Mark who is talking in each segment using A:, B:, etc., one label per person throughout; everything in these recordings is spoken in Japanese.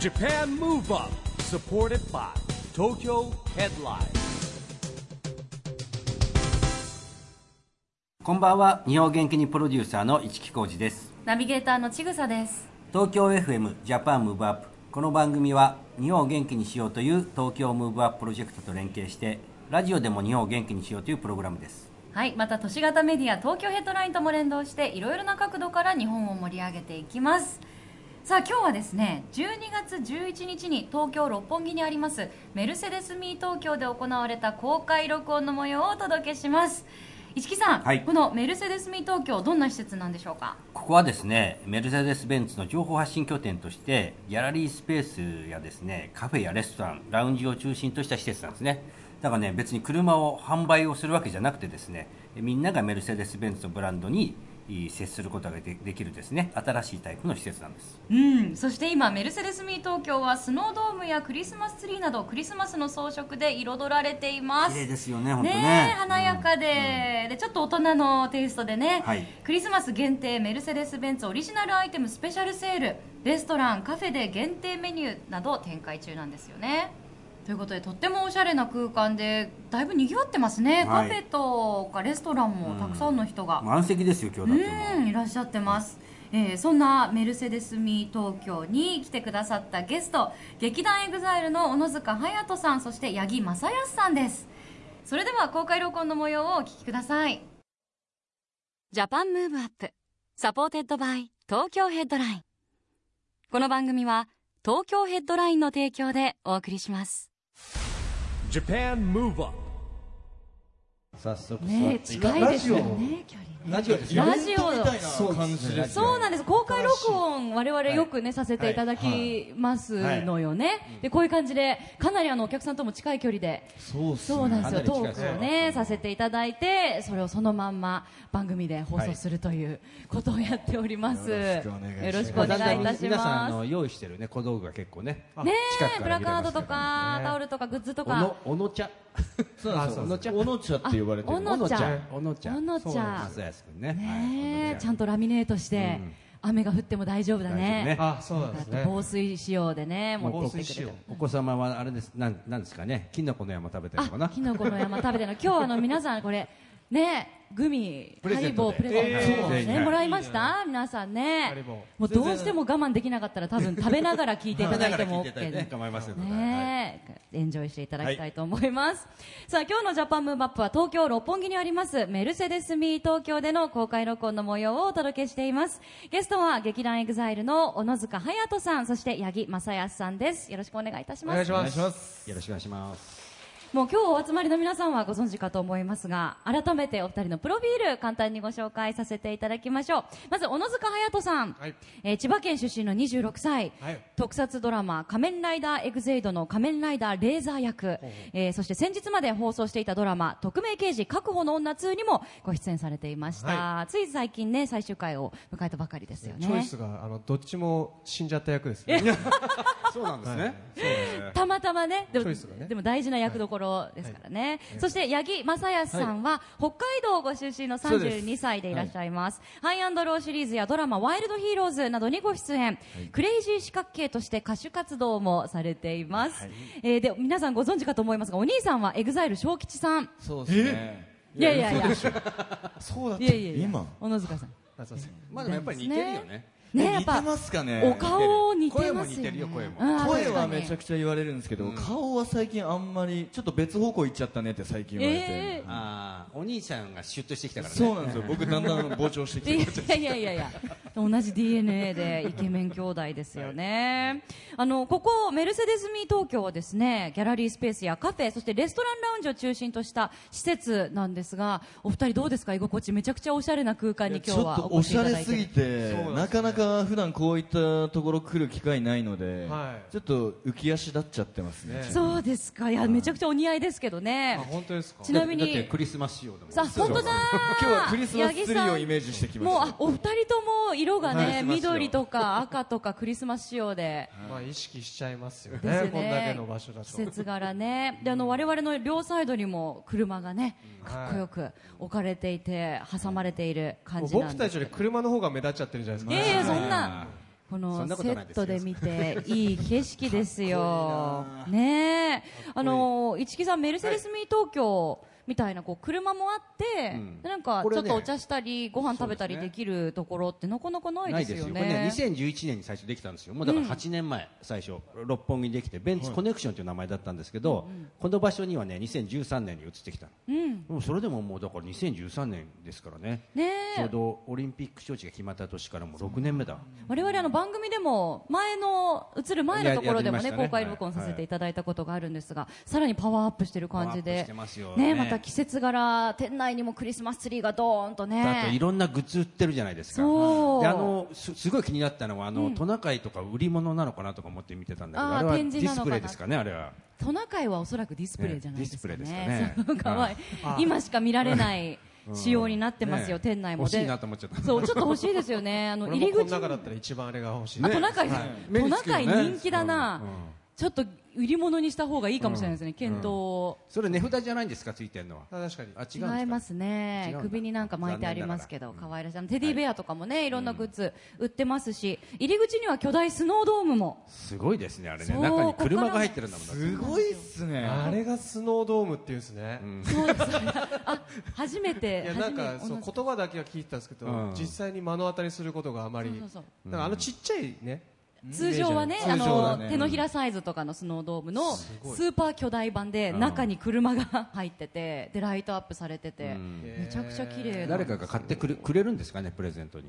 A: Japan Move Up supported by Tokyo Headline
B: こんばんは日本元気にプロデューサーの市木浩司です
C: ナビゲーターのちぐさです。
B: 東京 FM ジャパンムーブアップこの番組は日本を元気にしようという東京ムーブアッププロジェクトと連携してラジオでも日本を元気にしようというプログラムです
C: はい、また都市型メディア東京ヘッドラインとも連動していろいろな角度から日本を盛り上げていきます。さあ今日はですね12月11日に東京六本木にありますメルセデスミー東京で行われた公開録音の模様をお届けします一木さん、
B: はい
C: このメルセデスミー東京どんな施設なんでしょうか
B: ここはですねメルセデス・ベンツの情報発信拠点としてギャラリースペースやですねカフェやレストランラウンジを中心とした施設なんですねだからね別に車を販売をするわけじゃなくてですねみんながメルセデス・ベンツのブランドにいい接することがでできるですね新しいタイプの施設なんです
C: うん、そして今メルセデスミー東京はスノードームやクリスマスツリーなどクリスマスの装飾で彩られています
B: 綺麗ですよね本当
C: ね
B: ね
C: え華やかで,、でちょっと大人のテイストでね、
B: はい
C: クリスマス限定メルセデス・ベンツオリジナルアイテムスペシャルセールレストランカフェで限定メニューなど展開中なんですよねということでとってもおしゃれな空間でだいぶにぎわってますね、
B: はい
C: カフェとかレストランもたくさんの人が、
B: 満席ですよ今日だってもう
C: うんいらっしゃってます、えーそんなメルセデス・ミー東京に来てくださったゲスト劇団エグザイルの小野塚隼人さんそして八木正康さんですそれでは公開録音の模様をお聞きくださいジャパンムーブアップサポーテッドバイ東京ヘッドラインこの番組は東京ヘッドラインの提供でお送りします
A: Japan Move Up
D: 早速
C: ねえ近いですよね距離
D: ラジオです
C: ラジオ
D: みたいな感じです
C: そうなん
D: で
C: です公開録音、我々よくね、させていただきますのよね、でこういう感じで、かなりあのお客さんとも近い距離で、
D: そうっすね
C: そうなんですよ、
D: かな
C: トー
D: り近いです
C: ク
D: ね
C: をね、させていただいて、それをそのまんま番組で放送するということをやっております。
D: よろしくお願いします
C: よろしくお願いいたし
E: 皆さんあ
C: ます。
E: の用意してるね小道具が結構ね
C: ね
E: 近く
C: え、
E: か
C: プ
E: ら
C: ラ
E: 見れ
C: カ
E: ま
C: ー
E: す
C: ドとか、タオルとか、グッズと
E: おの
C: か、
E: おの茶
D: そうなんですよ
E: あそうそう
D: おのちゃって呼ばれてる
C: おのちゃ
E: おの茶
C: おの
E: そうなん
C: 茶
E: です松安君ね
C: ねえ、ち
E: ん
C: ゃんとラミネートして、雨が降っても大丈夫だね。
D: あそうなんです
C: あ
D: ね
C: と防水仕様でね、持ってきてくれる。
E: お子様はあれですなんなんですかねきのこの山食べてるのかな
C: あきのこの山食べてるの今日あの皆さんこれねグミ
E: プレ
C: ハ
E: ゼ
C: リ
E: ント
C: ボ
E: で
C: ープレゼント、
E: えー
C: ね
E: はい
C: もらいました皆さんね
D: ハリボー
C: もうどうしても我慢できなかったら多分食べながら聞いていただいても OK で
E: ね構いませんので
C: ねえ、エンジョイしていただきたいと思います、さあ今日のジャパンムーブアップは東京六本木にありますメルセデスミー東京での公開録音の模様をお届けしていますゲストは劇団エグザイルの小野塚隼人さんそして八木正康さんですよろしくお願いいたし
D: お
C: ます
E: はいよろしくお願いします
C: もう今日お集まりの皆さんはご存知かと思いますが改めてお二人のプロフィール簡単にご紹介させていただきましょうまず小野塚隼人さん、
D: はい
C: えー千葉県出身の26歳、
D: はい
C: 特撮ドラマ「仮面ライダーエグゼイド」の仮面ライダーレーザー役えーそして先日まで放送していたドラマ「匿名刑事確保の女2」にもご出演されていました、つい最近ね最終回を迎えたばかりですよ
F: チョイ
C: ね
F: スがあのどっちも死んじゃった役ですね。
E: そうなんですねそうですね
C: たまたまねでも
F: チョイスがね
C: でも大事な役どころですからね、そして八木正康さんは北海道ご出身の
F: そうです
C: 32歳でいらっしゃいます、ハイアンドローシリーズやドラマ「ワイルドヒーローズ」などにご出演、クレイジー四角形として歌手活動もされています、えーで皆さんご存知かと思いますがお兄さんはエグザイル小吉さん
E: そうですね
C: いやいやいや
F: そうだっ
C: い
F: た。
C: やいやいや
D: 今
C: 小野塚さん
F: あすいません
E: まあでもやっぱり似てるよね
C: ねやっぱ
D: すかね
C: お顔似て
E: 声も
C: ま
E: 似
C: すよ
E: て
C: ね
E: るよ声も
C: あー
D: 声
C: 確か
D: は
C: に
D: めちゃくちゃ言われるんですけど、顔は最近あんまりちょっと別方向行っちゃったねって最近言われて、
C: えー
E: ああお兄ちゃんがシュッとしてきたからね
D: そうなんですよ僕だんだん膨 張してきて
C: いやいやいやいや同じ DNA でイケメン兄弟ですよね、あのここメルセデスミー東京はですねギャラリースペースやカフェそしてレストランラウンジを中心とした施設なんですがお二人どうですか居心地めちゃくちゃおしゃれな空間に
D: ち
C: 今日
D: ょっ
C: は
D: と
C: お
D: お
C: 越しい
D: しゃ
C: た
D: れ
C: だい
D: すぎ
C: て
D: てなかなか普段こういったところ来る機会ないので、
F: はい
D: ちょっと浮き足立っちゃってますね
F: ね
C: そうですかいやめちゃくちゃお似合いですけど
F: あ
C: ね
F: 本当ですか。
C: ちなみ
E: だって
C: に
E: クリスマス仕様だもん
C: さあ本当だ
D: 今日はクリスマスツリーをイメージしてきま
C: もう
D: した
C: あお二人とも色がね、
D: はい
C: 緑とか赤とかクリスマス仕様で
F: まあ意識しちゃいますよ
C: です
F: ね。こんだけの場所だと。
C: 季節柄ねであの我々の両サイドにも車がねかっこよく置かれていて挟まれている感
F: もう
C: じなん
F: 僕
C: で
F: た
C: す
F: ちより車の方が目立っちゃってるじゃないですか。
C: いやいやそんなこ
A: そ
C: の
A: んなことは
C: セ
A: ない
C: ッ
A: ですよ
C: トで見ていい景色ですよ。ねえ、あの一木さんメルセデスミー東京みたいなこう車もあって、
A: うん
C: でなんか
A: これ
C: ちょ
A: ね
C: っとお茶したりご飯食べたり
A: そうです
C: で
A: ね
C: きるところってなかなかない
A: ない
C: で
A: ですすよ、
C: よね。
A: これね、2011年に最初できたんですよ、もうだから8年前、最初、六本木にできて、ベンツコネクションという名前だったんですけど、この場所にはね、2013年に移ってきたの、もうそれでももうだから2013年ですからね、
C: ね
A: ちょ
C: え
A: うどオリンピック招致が決まった年からもう6年目だ、
C: 我々あの番組でも前の映る前のところでもね
A: ややりましたね
C: 公開録音させていただいたことがあるんですが、さらにパワーアップしてる感じ
A: パワーアッ
C: で
A: プしてますよ
C: ね
A: ね
C: また季節柄店内にもクリスマスツリーがドーンと
A: だとい
C: ね
A: ろんなグッズ売ってるじゃないですか、
C: そう
A: であのすすごい気になったのは、あのトナカイとか売り物なのかなとか思って見てたんだけど、
C: あー
A: あれはデ
C: 展示
A: ィ
C: な
A: ス
C: のか
A: プ
C: な
A: レイですかね、あれは。
C: トナカイはおそらくディスプレイじゃないですかね
A: ねディスプレイですかね
C: そう可愛い今しか見られない仕様になってますよ、
A: ね
C: 店内もで
A: 欲しいなと思っちゃった
C: そうちょっと欲しいです よねあの
F: 俺
C: 入
F: も
C: り
F: こ
C: 口
F: の中だったら一番あれが欲しい
C: あトナカイ、
A: 目
C: ト
A: に
C: ナ
A: つくよ
C: カイ
A: ね
C: 人気だな、
A: うんうん
C: ちょっと売り物にした方がいいかもしれないですね、検討を、
A: それ値札じゃないんですか、ついてるのは。
F: あ確かに
A: あ違うんですか
C: 違います
A: 違う
C: ね
A: んだ
C: 首になんか巻いてありますけど可愛らしいあのテディベアとかもね、い、ろんなグッズ売ってますし入り口には巨大スノードームも
A: すごいですね、あれ
C: そ
A: ね、
C: う
A: 中に車が入ってるんだもんだって
D: すごいっすね
F: あれがスノードームっていうんですね、
C: そうですあ初めて
F: いやな
C: 初
F: ん
C: めて
F: かそう
C: 同じ
F: 言葉だけは聞いてたんですけど、
A: うん
F: 実際に目の当たりすることがあまり
C: そうそうそう
F: だからあのちっちゃいね、
C: 通常はねあ
D: 通常
C: の
D: はね
C: 手のひらサイズとかのスノードームのスーパー巨大版で中に車が入っててでライトアップされててめちゃくちゃ綺麗な
A: 誰かが買ってくれくれるんですかね、プレゼントに。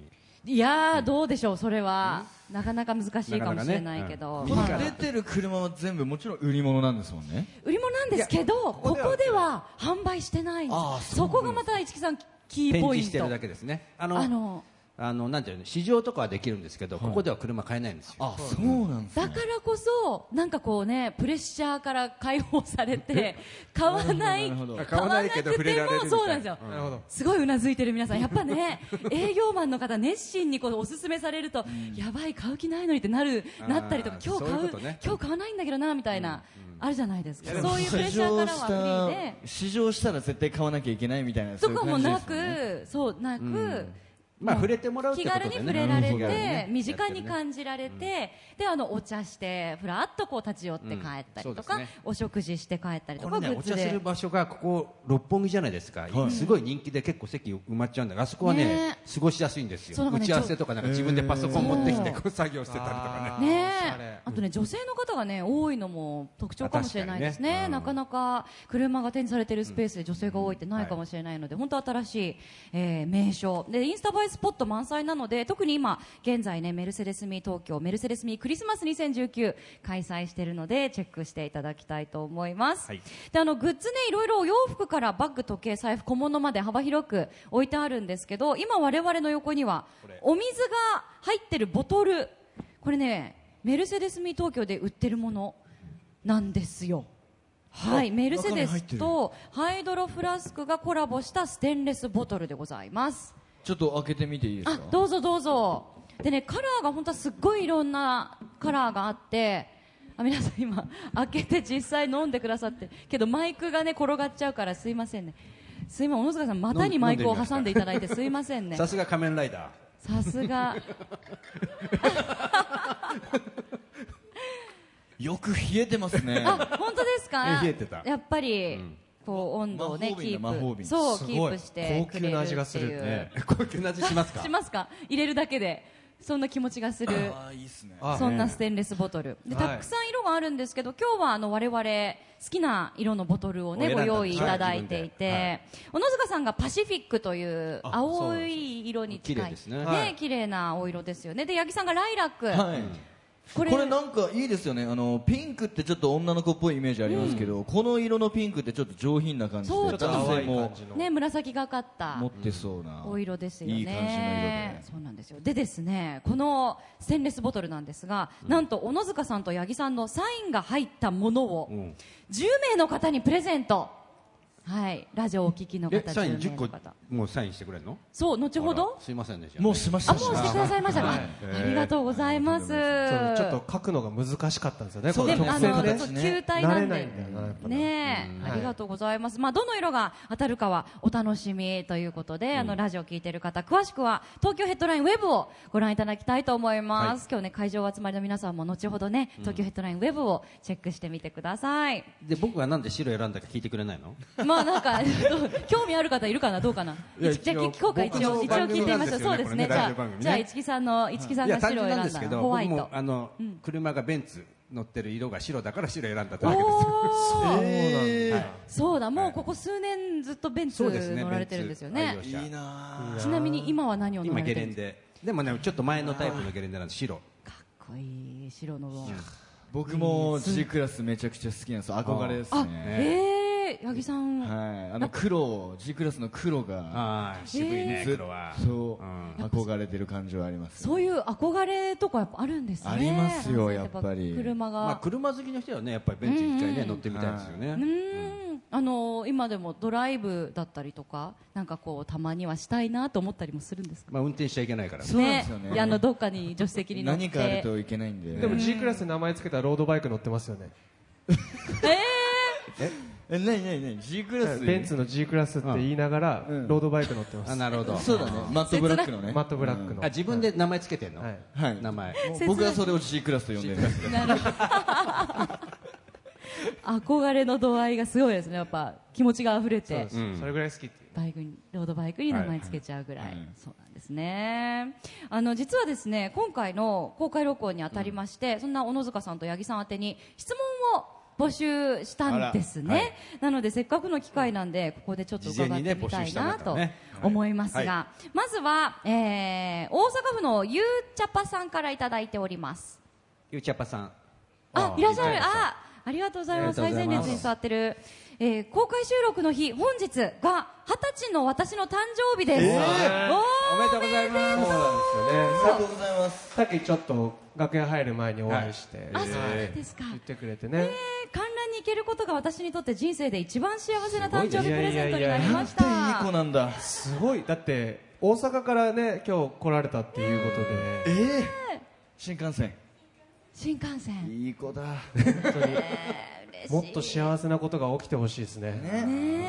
C: いやーどうでしょうそれはなかなか難しいかもしれない
A: な
C: け
A: かなかねうん
C: ど
D: こ
C: ま
D: の
C: あ
D: 出てる車は全部もちろん売り物なんですもんね
C: 売り物なんですけどここでは販売してないんですそこがまた市木さんキー
A: 展
C: ポイ
A: 示
C: ン
A: して
C: ト
A: るだけですね。あの、
C: あ
A: あの、
C: の
A: なんていうの、市場とかはできるんですけど、ここでは車買えないんですよ。
D: あそうなんです
C: だからこそなんかこうねプレッシャーから解放されて買わない
D: なるほど
A: 買わないけど触れられるみたいな
C: そうなんですよ
F: なるほど
C: すごいうなずいてる皆さん、やっぱね、 営業マンの方、熱心にこうおすすめされると、やばい、買う気ないのにってなる
A: あー
C: なったりとか、今日買う
A: そういうことね
C: 今日買わないんだけどなみたいな、あるじゃないですか、
D: でも
C: そういうプレッシャーからはフリーで、
D: 試乗したら絶対買わなきゃいけないみたいな
C: とかもなく、
D: そういう感じですよね
C: そうなく、
A: まあ、触れてもらうって
C: 気
A: ことでね。
C: 軽に触れられて、
A: 気軽にね
C: 身近に感じられて、であのお茶してふらっとこう立ち寄って帰った
A: うん
C: りとか、
A: そうですね
C: お食事して帰ったりと
A: こ
C: か、
A: れね、
C: グッ
A: お
C: ズ
A: 茶す
C: で
A: る場所がここ六本木じゃないですか、すごい人気で結構席埋まっちゃうんだけどあそこはね
C: ね
A: 過ごしやすいんです
C: そうな
A: よ、
C: んかね
A: 打ち合わせとかなんか自分でパソコン持ってきて
C: そ
A: こ
C: う
A: う作業してたりとかね
C: ね
F: おしゃれ
C: え、あとね女性の方がね多いのも特徴かもしれないです
A: あ
C: ね
A: 確かにねうん
C: なかなか車が展示されているスペースで女性が多いってないかもしれないので、本当新しい、えー名称でインスタ映えスポット満載なので特に今現在ねメルセデスミー東京メルセデスミークリスマス2019開催しているのでチェックしていただきたいと思います、
A: はい
C: であのグッズねいろいろお洋服からバッグ時計財布小物まで幅広く置いてあるんですけど今我々の横にはお水が入ってるボトルこれねメルセデスミー東京で売ってるものなんですよはいメルセデスとハイドロフラスクがコラボしたステンレスボトルでございます
D: ちょっと開けてみていいです
C: あ
D: か
C: どうぞどうぞでねカラーが本当はすっごいいろんなカラーがあってあ皆さん今開けて実際飲んでくださってけどマイクがね転がっちゃうからすいませんねすいません小野塚さん股にマイクを挟んでいただいてすいませんね
A: さすが仮面ライダー
C: さすが
D: よく冷えてますね
C: あ本当ですか
A: 冷えてた
C: やっぱり、こう温度をね
D: 魔法
C: キ
D: 瓶だ魔
C: ー
D: 法
C: プ
D: 瓶
C: そう
F: す
C: キ
F: ご
C: ー
F: い
C: プしてくれるっていう
F: 高級な味がするね
A: こういう同じしますか
C: しますか入れるだけでそんな気持ちがする
D: あいいっすね
F: あ
C: そんなステンレスボトル、で
F: はい
C: たくさん色があるんですけど今日はあの我々好きな色のボトルを、ね、
A: お選んだん
C: ご
A: です
C: 用意いただいていて、
A: はいは
C: 小野塚さんがパシフィックという
F: あ
C: 青い色に近い
A: 綺麗ですね
F: はい
C: 綺麗なお色ですよねで八木さんがライラック、
D: はい
C: これ
D: これなんかいいですよねあのピンクってちょっと女の子っぽいイメージありますけど、この色のピンクってちょっと上品な感じで
C: そう
F: ちょっ
D: 男
F: と淡
D: 性
F: い感
D: も
F: じの、
C: ね、紫がかった
D: 持ってそうな、
C: お色ですよね。
D: いい感じの色で
C: そうなんですよ。でですね、このステンレスボトルなんですが、なんと小野塚さんと八木さんのサインが入ったものを
A: ん
C: 10名の方にプレゼントはい、ラジオをお聞きの
A: え
C: 方、
A: サイン
C: 10
A: 10
C: 名
A: 個
C: の方
A: もうサインしてくれるの
C: そう、後ほ
A: あら
C: ど
A: すいませんでした、
D: もうしまし
C: あ、
D: た
C: もうしてくださいましたか、
D: はい
C: ありがとうございます。
F: そうちょっと書くのが難しかったんですよね、
D: そう
F: こ
C: で
F: の
D: だ
C: も
D: ね
C: あの
F: 特性
D: 特性
F: でね
D: ね。
C: ちょっと球体な
F: 慣れ
C: ん
F: ない
C: で
F: んだよなやっぱな
C: ねえ、
F: はい
C: ありがとうございます。まあどの色が当たるかはお楽しみということで、あのラジオ聞いてる方、詳しくは東京ヘッドラインウェブをご覧いただきたいと思います。今日ね会場お集まりの皆さんも後ほどね、東京ヘッドラインウェブをチェックしてみてください。
A: で僕がなんで白選んだか聞いてくれないの
C: まあなんか どう興味ある方いるかなどうかな。
A: いや
C: 一じゃ
A: 一
C: あ
A: 応
C: 聞こうか一応
A: 僕
C: 一応
A: の
C: 聞いてみましょ
A: 番組なんですよ
C: う。
A: ね
C: そうですね。
A: こ
C: じ
A: れねラジオ
C: ゃあ
A: 番組ね
C: じゃあ一木さんの一木さん
A: いや
C: が白
A: 単
C: を
A: 純な
C: 選
A: ん
C: ん
A: です
C: だ
A: けど
C: ホワイ
A: 僕も
C: ト。
A: あの、車がベンツ乗ってる色が白だから白選んだって
C: お
A: わけですよ
C: お。
D: えー
C: そうだ、もうここ数年ずっとベンツ
A: そうですね
C: 乗られてるんですよ
A: ベン
C: ね。
A: ツ愛用者
C: ちなみに今は何を乗
A: 今
C: られて
A: ゲ
C: る
A: レ
C: ん
A: ン
C: です
A: デでもねちょっと前のタイプのゲレンデなんです白
C: かかっこいい白のローン。
D: 僕も G クラスめちゃくちゃ好きなんです憧れです
C: あ、
D: ね
C: ええ、八木さん。や
D: はいあの黒 G クラスの黒が
A: ああ渋いね
D: ずっ
A: 黒は
D: と
A: うん
D: 憧れてる感じはあります
C: そういう憧れとかやっぱあるんですね。
D: ありますよ
C: なんか
D: やっぱり
C: 車
A: まあ
C: が。
A: 車好きの人はねやっぱりベンツ一回ね乗ってみたいですよ
C: う
A: ね
C: ーんあの今でもドライブだったりとかなんかこうたまにはしたいなと思ったりもするんですか
A: まあ運転しちゃいけないから
D: そうなんですよね
C: いやあのどっかに助手席に乗って
D: 何かあるといけないんで
F: でも G クラスで名前つけたロードバイク乗ってますよね、
D: えなになになに G クラス
F: ベンツの G クラスって言いながら、
D: うん
F: ロードバイク乗ってます、
A: あなるほど
D: そうだねマットブラックのね
F: マットブラックの、
A: あ自分で名前つけてんの
F: はい
D: はい
A: 名前
D: もう僕はそれを C クラスと呼んでるんですけど
C: 憧れの度合いがすごいですねやっぱ気持ちが溢れ
F: そう
C: て
F: ですそれぐらい好きっていう
C: バイクにロードバイクに名前つけちゃうぐらい、そうなんですねあの実はですね今回の公開旅行にあたりまして、そんな小野塚さんと八木さん宛てに質問を募集したんですね、
A: あらはい
C: なのでせっかくの機会なんでここでちょっと伺ってみた
A: 事前
C: いなと
A: にね募集したんだからね
C: 思いますが、
A: はいは
C: まずは、えー、大阪府のゆうちゃぱさんからいただいております
A: ゆうちゃぱさん
C: あ、いらっしゃ
A: ゆ
C: る。
A: うちぱさん
C: あ、ありがとうございます。
A: ありがとう
C: 最前
A: ございま
C: 列
A: す
C: に座ってる。えー公開収録の日、本日が二十歳の私の誕生日で
A: お
C: す。お
A: めでとうございます
F: そうなんで
D: あり
F: すよ
D: が
F: ね
D: とうございます
F: さっきちょっと楽屋入る前にお会いして、
C: ーあ、そうなんですか。
F: 言っ
C: え
F: てくれてね、
C: ー観覧に行けることが私にとって人生で一番幸せな誕生日プ
F: すごいね
C: レゼントになりまし
D: いい子
C: た。
D: なんだ
F: すごいだって大阪からね今日来られたっていうことで、
D: えー新幹線
C: 新幹線。
D: いい子だ
F: もっと幸せなことが起きてほしいですね
C: ね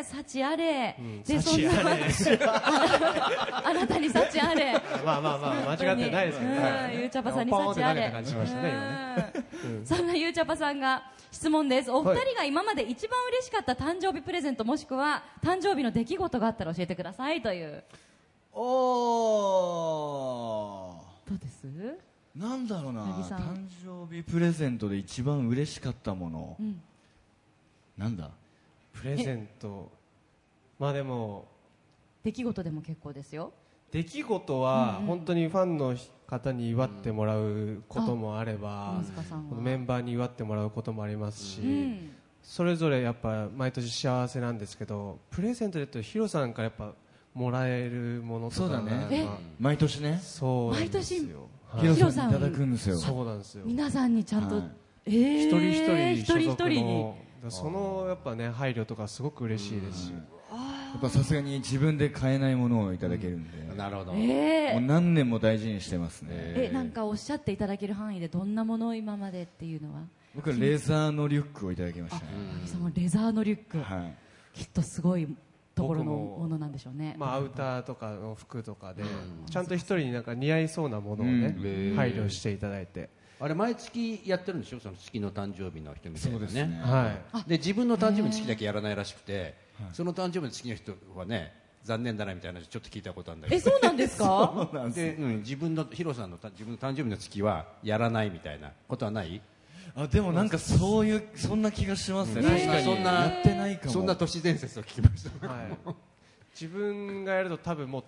C: え、幸あれ。で、そんな私、 あなたに幸あれ。
F: まあまあまあ間違ってないですけどね、
C: うんゆうちゃぱさんに幸あ
F: ポンって投げ
C: れ
F: た感じしましたね今ね
C: うんそんなゆうちゃぱさんが質問ですお二人が今まで一番嬉しかった誕生日プレゼントもしくは誕生日の出来事があったら教えてくださいという
D: おー
C: どうです
D: なんだろうな
C: 八木さ
D: 誕
C: ん
D: 生日プレゼントで一番嬉しかったもの、
C: ん
D: なんだ
F: プレゼントまあでも
C: 出来事でも結構ですよ
F: 出来事は本当にファンの方に祝ってもらうこともあれ
C: 小
F: ば
C: 野、塚さん
F: この
C: は
F: メンバーに祝ってもらうこともありますし、
C: うん
F: それぞれやっぱ毎年幸せなんですけどプレゼントで言うとヒロさんからやっぱもらえるものと
D: そ
F: か
D: うだね
F: なんか
C: え
D: 毎年ね
F: そうなんですよ
C: 毎年
F: はい
C: ヒロ
D: ヒロさんにいただくんですよ
F: そうなんですよ
C: 皆さんにちゃんと、
D: はい
C: えー
F: 一人
C: 一
F: 一
C: 人
F: 人
C: 一
F: 所
C: 人
F: 属
C: に
F: のそのやっぱね配慮とかすごく嬉しいですし
D: やっぱさすがに自分で買えないものをいただけるんで、
A: なるほど
C: え
D: もう
C: ー
D: 何年も大事にしてますね、
C: えなんかおっしゃっていただける範囲でどんなものを今までっていうのは
D: 僕はレザーのリュックをいただきましたね、
C: 八木さんもレザーのリュック、
D: はい、
C: きっとすごいところの
F: 僕も
C: ものなんでしょうね、
F: まあアウターとかの服とかでちゃんと一人になんか似合いそうなものをね配慮していただいて
A: あれ毎月やってるんでしょその月の誕生日の人みたいなね
D: そうですね
F: はい
A: で自分の誕生日の月だけやらないらしくて、その誕生日の月の人はね残念だなみたいなのちょっと聞いたことあるんだけ
C: え
A: ど
C: そうなんですか
A: で、うん、自分のヒロさんのた自分の誕生日の月はやらないみたいなことはない
D: あでもなんかそういうそんな気がしますね、確かに
A: そんな
D: やってないかも
A: そんな都市伝説を聞きました
F: はい、自分がやると多分もう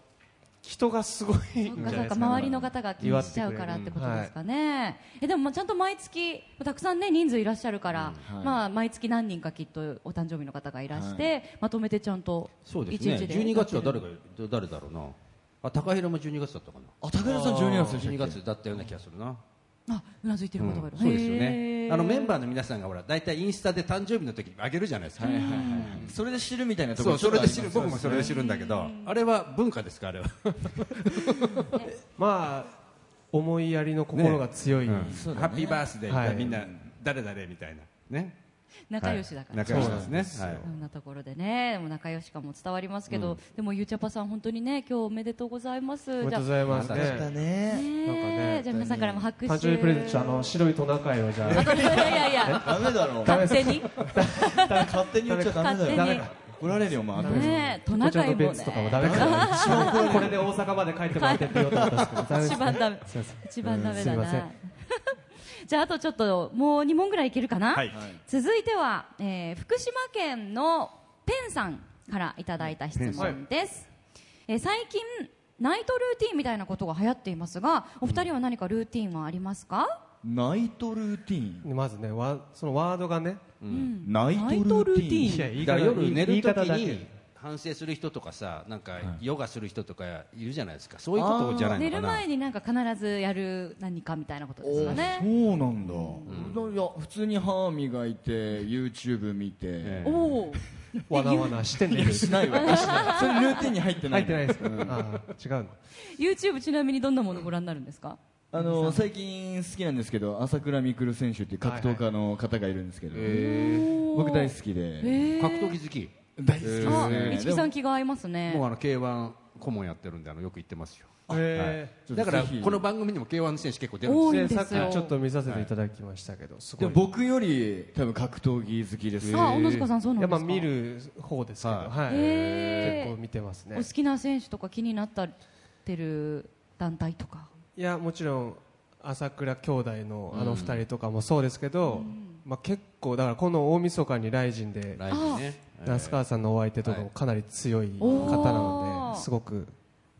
F: 人がすごい
C: そうん
F: じ
C: か
F: ゃ
C: そうか
F: ないですか
C: 周りの方が気にしちゃうからってことですかね、えでもまあちゃんと毎月たくさんね人数いらっしゃるから、
D: はい
C: まあ毎月何人かきっとお誕生日の方がいらして、まとめてちゃんと
A: そうです
C: 一
A: ね
C: 日で
A: 12月は誰が誰だろうなあ高平も12月だったかな
D: あ高平さん12月でしたっけ
A: 12月だったような気がするな
C: あうなずいてる方がいる、
A: そうですよ
C: へ
A: ね
C: ー
A: あのメンバーの皆さんがほら大体インスタで誕生日の時にあげるじゃないですか、
D: それで知るみたいなとこ
A: そう
D: ろ
A: それで知
D: ちょ
A: る
D: っとあ
A: 僕
D: り
A: も
D: ます
A: そ
D: よ
A: れ
D: ね
A: で知るんだけどあれは文化ですかあれは
F: まあ思いやりの心が強い、
A: そうだねハッピーバースデーみたいな
F: はい
A: みんな誰誰みたいなね
C: 仲良しだから、
A: はい仲良しですねはい
C: そんなところでね、でも仲良し感も伝わりますけど、でもゆうちゃぱさん、本当にね、今日おめでとうございます。
F: おめでとうご
C: い
F: ざいます
A: じゃあ
F: ね
D: ね
C: ね
F: なんかね
C: じゃあ皆さんからも拍手。
F: 誕生日プレゼントちょっとあの白いトナカイをじゃあ
C: あといやいやいや、
D: ダメだろ
C: 勝手に。
D: 勝手に言っちゃダメだ
C: 勝
D: よ
C: 手に
D: 怒られるよお前後で
C: ねえ、ト
F: こ
C: ナ
F: ちら
C: カイ
F: のベ
C: も
F: ン
C: ね
F: ツとかもダメかな一番これで大阪まで帰ってもらってって言おうと思ったんですけど ダメです
C: 一番ダメ
F: す
C: 一番ダメだ
F: いません。うんすいませ。
C: なん じゃああとちょっともう2問ぐらいいけるかな、
A: はい
C: 続いては、えー福島県のペンさんからいただいた質問です、えー最近ナイトルーティンみたいなことが流行っていますがお二人は何かルーティンはありますか、
D: ナイトルーティー
F: まずねわそのワードがね
D: ンナイトルーティーン
F: いや言い
A: だ
F: 方
A: から夜寝
F: 言
A: る
F: い
A: 時
F: 方だけ
A: に反省する人とかさなんかヨガする人とかいるじゃないですかそういうことじゃないの
C: 寝
A: か
C: る
A: な
C: 前になんか必ずやる何かみたいなことですよね
D: そうなんだ、いや普通に歯磨いて YouTube 見て、
A: え
C: おおー
F: わなわなして寝る
D: しないわしないそれルーティンに入ってな
F: 入
D: い
F: ってないですか、
D: うん
F: ああ違うの
C: YouTube ちなみにどんなものご覧になるんですか
D: あの最近好きなんですけど朝倉未来選手っていう格闘家の方がいるんですけど、僕大好きで、
A: 格闘技好き
D: 大好きです
C: あ
D: ね、
C: 一木さん気が合いますね
A: もうあの K1 顧問やってるんであのよく行ってますよ
F: え
D: ちょっ
A: だ
D: と
A: から
D: ぜひ
A: この番組にも K1 の選手結構出るんです
C: 多
A: よ
C: い
F: ー
C: んです
F: さ
C: よ
F: っきちょっと見させていただきましたけどすご
D: で
F: い
D: も僕より多分格闘技好きです、
C: あ、小野塚さんそう
F: い
C: なんで
F: や
C: すか。
F: まあ見る方ですけど、はい
C: へー
F: 結構見てます
C: お
F: ね
C: 好きな選手とか気になったってる団体とか。
F: いやもちろん朝倉兄弟のあの二人とかもそうですけど、まあ、結構だからこの大晦日にライジンで
A: ライブね
F: 那須川さんのお相手とかもかなり強い方なの
C: おー
F: ですごく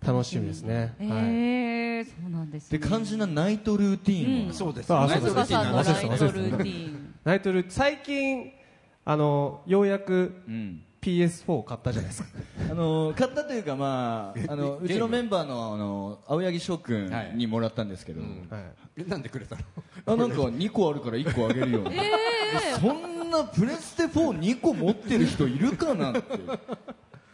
F: 楽しみですね、
C: え
F: はい、
C: えー、そうなんです、
D: で
C: ね。
D: 肝心なナイトルーティーンは、
A: そうです
F: あ
A: よ
F: そ
A: ね
C: 小
F: うで
C: 野塚
F: す
C: さんの
F: 忘れ
C: ラ
F: て
C: イ
F: た
C: ト ルーティン。
F: ナイトル最近あのようやく PS4 買ったじゃないですか
D: あの買ったというか、まあ、あのう
A: ゲーム
D: ちのメンバーのあの青柳翔くんにもらったんですけど、
F: はい、
A: えなんでくれたの
D: あなんか2個あるから1個あげるよ、そんなプレステ42個持ってる人いるかなって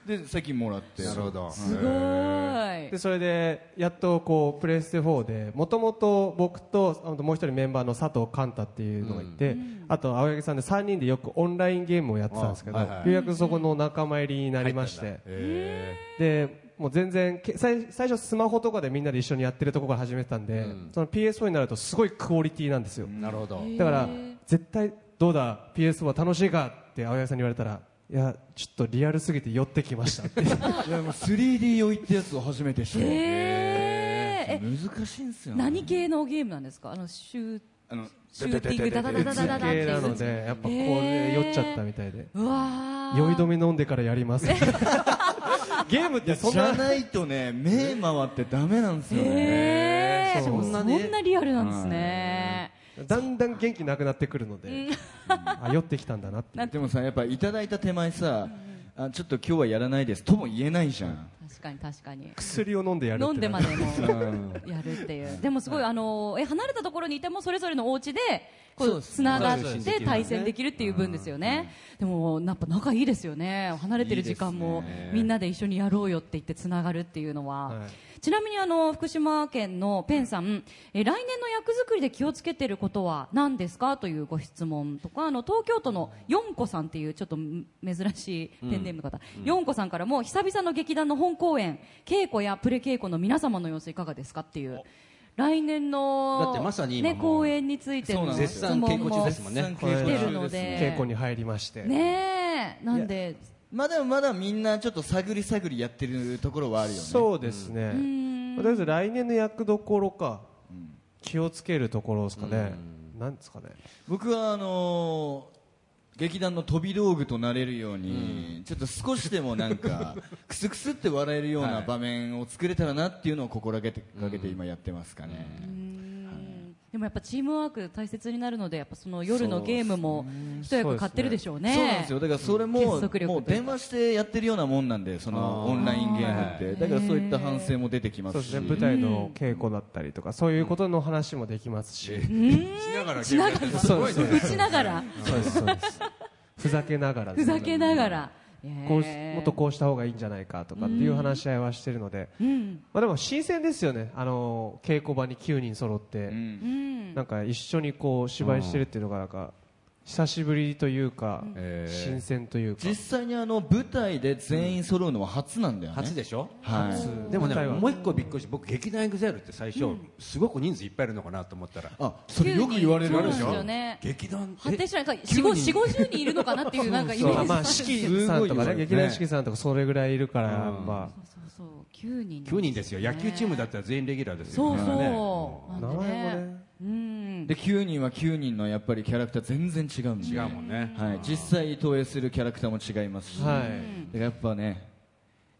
D: で先もらって
A: なるほど
C: すごー
F: で
C: い。
F: それでやっとこうプレイステ4でもともと僕とあともう一人メンバーの佐藤寛太っていうのがいて、あと青柳さんで3人でよくオンラインゲームをやってたんですけど、
A: あはいはい
F: ようやくそこの仲間入りになりまして
A: え
F: でもう全然け最最初スマホとかでみんなで一緒にやってるとこから始めてたんで、その PS4 になるとすごいクオリティなんですよ、
A: ーなるほど
F: だから絶対どうだ PS4 は楽しいかって青柳さんに言われたらいやちょっとリアルすぎて寄ってきましたって
D: いやもう 3D 酔いってやつを初めて知った、
C: えー、え、
D: 難しいんすよね
C: 何系のゲームなんですか。あのシュー
D: あの
C: シューティングダダダダダダってい
F: 系
C: う
F: なのでやっぱこれ酔っちゃったみたいで
C: うわー
F: 酔い止め飲んでからやりますゲームってそん
D: じゃ
F: な
D: ないとね目回ってダメなんですよね、
C: えー、
F: そ
C: そ
F: うん
C: なねそんなリアルなんですね。
F: だんだん元気なくなってくるのであ酔ってきたんだなって
D: でもさやっぱいただいた手前さ、あちょっと今日はやらないですとも言えないじゃん、
C: 確かに確かに。
F: 薬を飲んでやるって
C: 飲んでまでも
D: ん
C: やるっていうでもすごいあのえ離れたところにいてもそれぞれのお家でこ
D: そう
C: う
D: です
C: つながっ
A: そうです
C: て対戦できるっていう分ですよねでもやっぱ仲いいですよね離れてる時間もみんなで一緒にやろうよって言ってつながるっていうのは、
F: は
C: ちなみにあの福島県のペンさんえ来年の役作りで気をつけてることは何ですかというご質問とかあの東京都のよんこさんっていうちょっと珍しいペンネームの方、よんこさんからも久々の劇団の本公演稽古やプレ稽古の皆様の様子いかがですかっていう来年の
A: だってまさに今
C: ね、
A: もう
C: 公演について
D: そう
C: の
D: なんです
C: 質
A: 絶賛
C: 問
A: 稽古中
C: も
A: ですもんね
D: 絶賛稽古
C: 来
D: 中
C: てるので
F: 稽古に入りまして、
C: ねえなんで
D: まあでもまだみんなちょっと探り探りやってるところはあるよね
F: そうですね、まあとりあえず来年の役どころか、気をつけるところですかね、なんですかね
D: 僕はあのー劇団の飛び道具となれるように、ちょっと少しでもなんかクスクスって笑えるような場面を作れたらなっていうのを心がけて,、かけて今やってますかね、
C: うーんでもやっぱチームワーク大切になるのでやっぱその夜のゲームも一役買ってるでしょうね。
D: そうなんですよだからそれも,、
C: 結束力というか
D: もう電話してやってるようなもんなんでそのオンラインゲームってだからそういった反省も出てきま
F: そう
D: す
F: で
D: し
F: すね舞台の稽古だったりとかそういうことの話もできますし、
G: ながら
C: しながら
F: すごいね
C: 打ちながら
F: そうですそうですふざけながらで
C: ふ
F: すね
C: ざけながら。
F: こう
C: へー
F: もっとこうした方がいいんじゃないかとかっていう話し合いはしてるので、まあ、でも新鮮ですよねあの稽古場に9人揃って、なんか一緒にこう芝居してるっていうのがなんか久しぶりというか、新鮮というか
D: 実際にあの舞台で全員揃うのは初なんだよね
A: 初でしょ
D: はい
A: でもね
F: 今回は
A: もう一個びっくりして僕劇団エグザイルって最初、すごく人数いっぱいいるのかなと思ったら
D: あそれよく言われる
C: そう
D: で
C: です
D: しょ
C: よね。
A: 劇団
C: 発展しないか四五四五十人いるのかなっていうなんかイメー
F: まあ
C: ジ。
F: まあ四季さ
A: すご
F: んとか
A: いよね
F: ね劇団四季さんとかそれぐらいいるから、まあ
C: そうそう九人。
A: 9人ですよ野球チームだったら全員レギュラーです
C: そ
A: よ
C: う
A: ね
C: そう。
F: 名
C: なん
F: 前
C: で
F: も
C: ね。
F: ね
C: うん。
D: で9人は9人のやっぱりキャラクター全然違うんで
A: 違うもんね
D: はい、実際投影するキャラクターも違いますし、
F: はい
D: だからやっぱね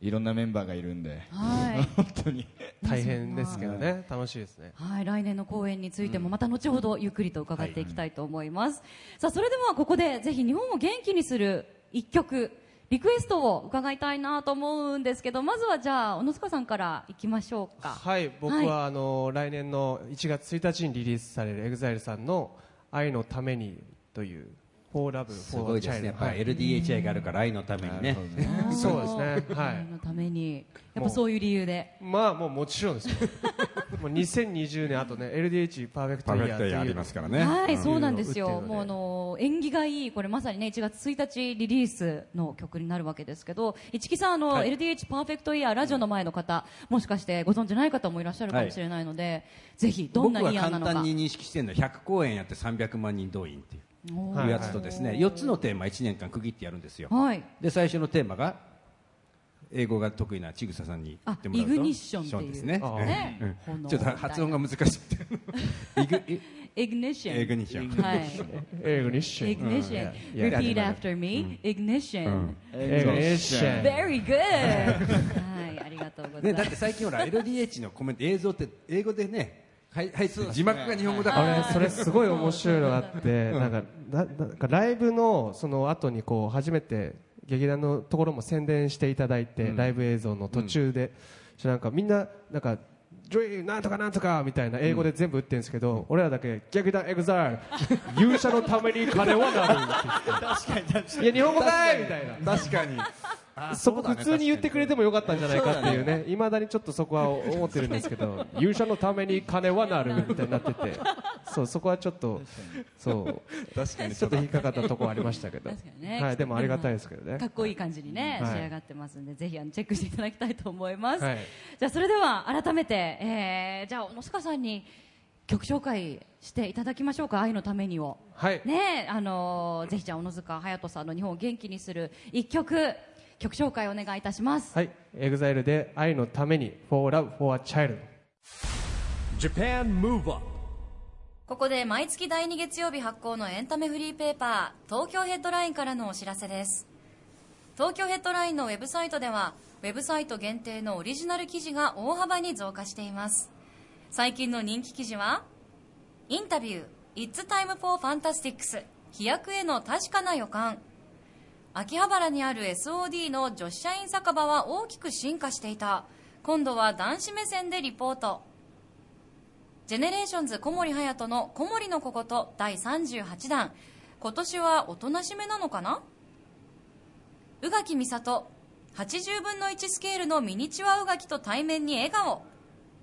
D: いろんなメンバーがいるんで
C: はい。
D: 本当に
F: 大変ですけどね楽しいですね
C: はい、来年の公演についてもまた後ほどゆっくりと伺っていきたいと思います。さあ、それではここでぜひ日本を元気にする一曲、リクエストを伺いたいなと思うんですけど、まずはじゃあ、小野塚さんからいきましょうか。
F: はい僕は、あの来年の1月1日にリリースされる EXILE さんの「愛のために」という「FORLOVE」
A: すごいですねやっぱ
F: はい
A: LDHI があるから愛のためにね
C: あー
F: そうですね はい
C: 愛のために、やっぱそういう理由で。
F: まあもうもちろんですよ もう2020年あとね LDH パーフェクトイヤーっていう
A: から
C: はい、そうなんです
F: 打っ
C: よ。
F: てるので
C: もうあの縁起がいい、これまさにね、1月1日リリースの曲になるわけですけど、市木さん、あの、LDH パーフェクトイヤー、ラジオの前の方、もしかしてご存じない方もいらっしゃるかもしれないので、ぜひ、どんな
A: 僕
C: イ
A: は
C: ヤー
A: 簡
C: なのか。
A: 単に認識してるのは100公演やって300万人動員っていう
C: お
F: はい
A: いうやつとですね4つのテーマ1年間区切ってやるんですよ
C: はい
A: で最初のテーマが英語が得意なちぐささんに言ってもらうと
C: あイグニッションっていう
A: ですね
F: あー
C: ね
A: うん
C: 炎
A: ちょっと発音が難しく てイグイ
C: イグニッション。
A: イグニッション
C: はい。
F: 英語にし
C: イグニッション。Repeat after me. Ignition.
F: 英語にし
C: Very good! はい、ありがとうござい
A: ね、
C: ま
A: だっ
C: す
A: て。最近ほら LDH のコメント映像って英語でねはいはい字幕が日本語だから
F: あれそれすごい面白いのがあってなんかななんかライブのその後にこう初めて劇団のところも宣伝していただいて、ライブ映像の途中で、そしたらなんかみんななんかジョイなんとかなんとかみたいな英語で全部打ってるんですけど、俺らだけ劇団エグザイル勇者のために金はなるって言っていや日本語かいみたいな
A: 確かに
F: そこ普通に言ってくれてもよかったんじゃないかっていうね、いまだにちょっとそこは思ってるんです けど、勇者のために金はなるみたいになってて、そうそこはちょっと、そう、確かにちょっと引っかかったところありましたけど
C: 確かに、ね
F: はい、でもありがたいですけどね
C: か。っこいい感じにね、
F: はい
C: 仕上がってますんで、ぜひあのチェックしていただきたいと思います。
F: はい
C: じゃあそれでは改めて、えー、じゃあ小野塚さんに曲紹介していただきましょうか、愛のためにを。
F: はい、
C: ねえあのーぜひじゃあ小野塚隼人さんの日本を元気にする一曲、曲紹介お願いいたします。
F: はい、エグザイルで愛のために、for love for a child。
H: Japan Move Up
I: ここで毎月第2月曜日発行のエンタメフリーペーパー東京ヘッドラインからのお知らせです東京ヘッドラインのウェブサイトではウェブサイト限定のオリジナル記事が大幅に増加しています最近の人気記事はインタビュー「It's Time for Fantastics」飛躍への確かな予感秋葉原にある SOD の女子社員酒場は大きく進化していた今度は男子目線でリポートジェネレーションズ小森隼人の「小森のここと」第38弾今年はおとなしめなのかな宇垣美里80分の1スケールのミニチュア宇垣と対面に笑顔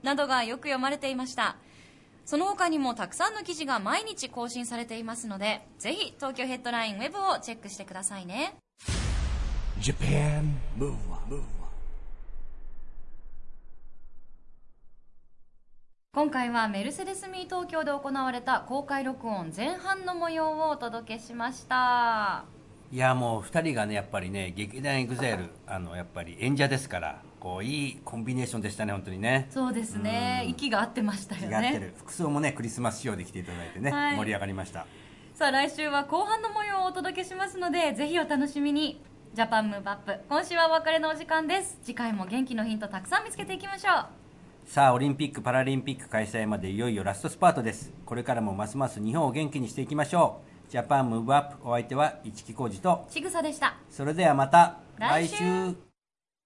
I: などがよく読まれていましたその他にもたくさんの記事が毎日更新されていますのでぜひ東京ヘッドラインウェブをチェックしてくださいね
H: Japan Move Up Move Up
I: 今回はメルセデスミー東京で行われた公開録音前半の模様をお届けしました
B: いやもう2人がねやっぱりね劇団エグザイルあのやっぱり演者ですからこういいコンビネーションでしたね本当にね
I: そうですね息が合ってましたよ
B: 違っ
I: ね
B: てる服装もねクリスマス仕様で来ていただいてね、
I: はい
B: 盛り上がりました
I: さあ来週は後半の模様をお届けしますのでぜひお楽しみにジャパンムーブアップ今週はお別れのお時間です次回も元気のヒントたくさん見つけていきましょう
B: さあオリンピック・パラリンピック開催までいよいよラストスパートですこれからもますます日本を元気にしていきましょうジャパンムーブアップお相手は市木浩二と
I: ちぐさでした
B: それではまた
I: 来週
B: 来週